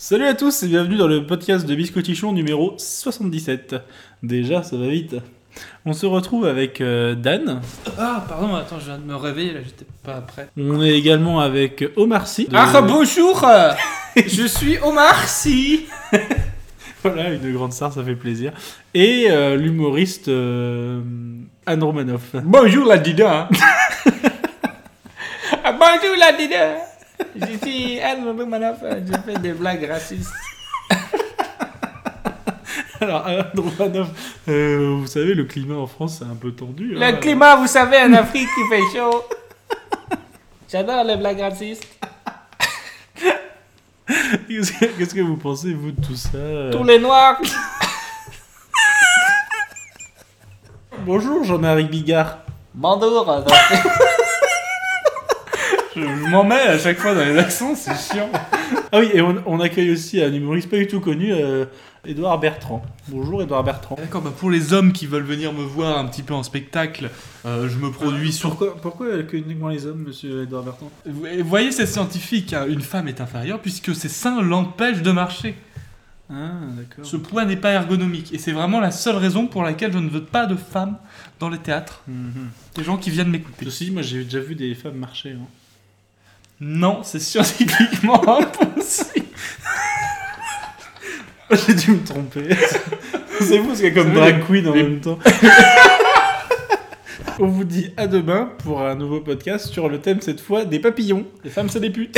Salut à tous et bienvenue dans le podcast de Biscotichon numéro 77. Déjà, ça va vite. On se retrouve avec euh, Dan. Ah, pardon, attends, je viens de me réveiller là, j'étais pas prêt. On est également avec Omar Sy. de- Ah, bonjour Je suis Omar Sy Voilà, une grande star, ça fait plaisir. Et euh, l'humoriste euh, Anne Romanoff. Bonjour la Dida Ah, Bonjour la Dida Je suis Anne Romanoff, je fais des blagues racistes. Alors, Anne Romanoff, euh, vous savez, le climat en France, c'est un peu tendu. hein. Le climat, vous savez, en Afrique, il fait chaud. J'adore les blagues racistes. Qu'est-ce que- Qu'est-ce que vous pensez, vous, de tout ça euh Tous les noirs. Bonjour Jean-Marie Bigard. Bonjour Je, je m'en mêle à chaque fois dans les accents, c'est chiant. Ah oui, et on, on accueille aussi un humoriste pas du tout connu, euh, Édouard Bertrand. Bonjour Édouard Bertrand. D'accord, bah pour les hommes qui veulent venir me voir un petit peu en spectacle, euh, je me produis sur... Pourquoi, pourquoi que uniquement les hommes, monsieur Édouard Bertrand Vous voyez, c'est scientifique, hein, une femme est inférieure puisque ses seins l'empêchent de marcher. Ah, d'accord. Ce poids n'est pas ergonomique, et c'est vraiment la seule raison pour laquelle je ne veux pas de femmes dans les théâtres, Mhm. des gens qui viennent m'écouter. Ceci dit, moi j'ai déjà vu des femmes marcher. hein. Non, c'est scientifiquement impossible. j'ai dû me tromper. C'est fou, parce qu'il y a comme C'est vrai, drag queen en les- même temps. On vous dit à demain pour un nouveau podcast sur le thème cette fois des papillons. Les femmes, c'est des putes.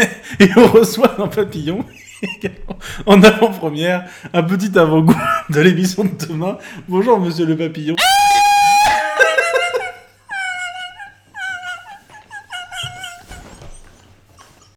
Et on reçoit un papillon également en avant-première, un petit avant-goût de l'émission de demain. Bonjour monsieur le papillon.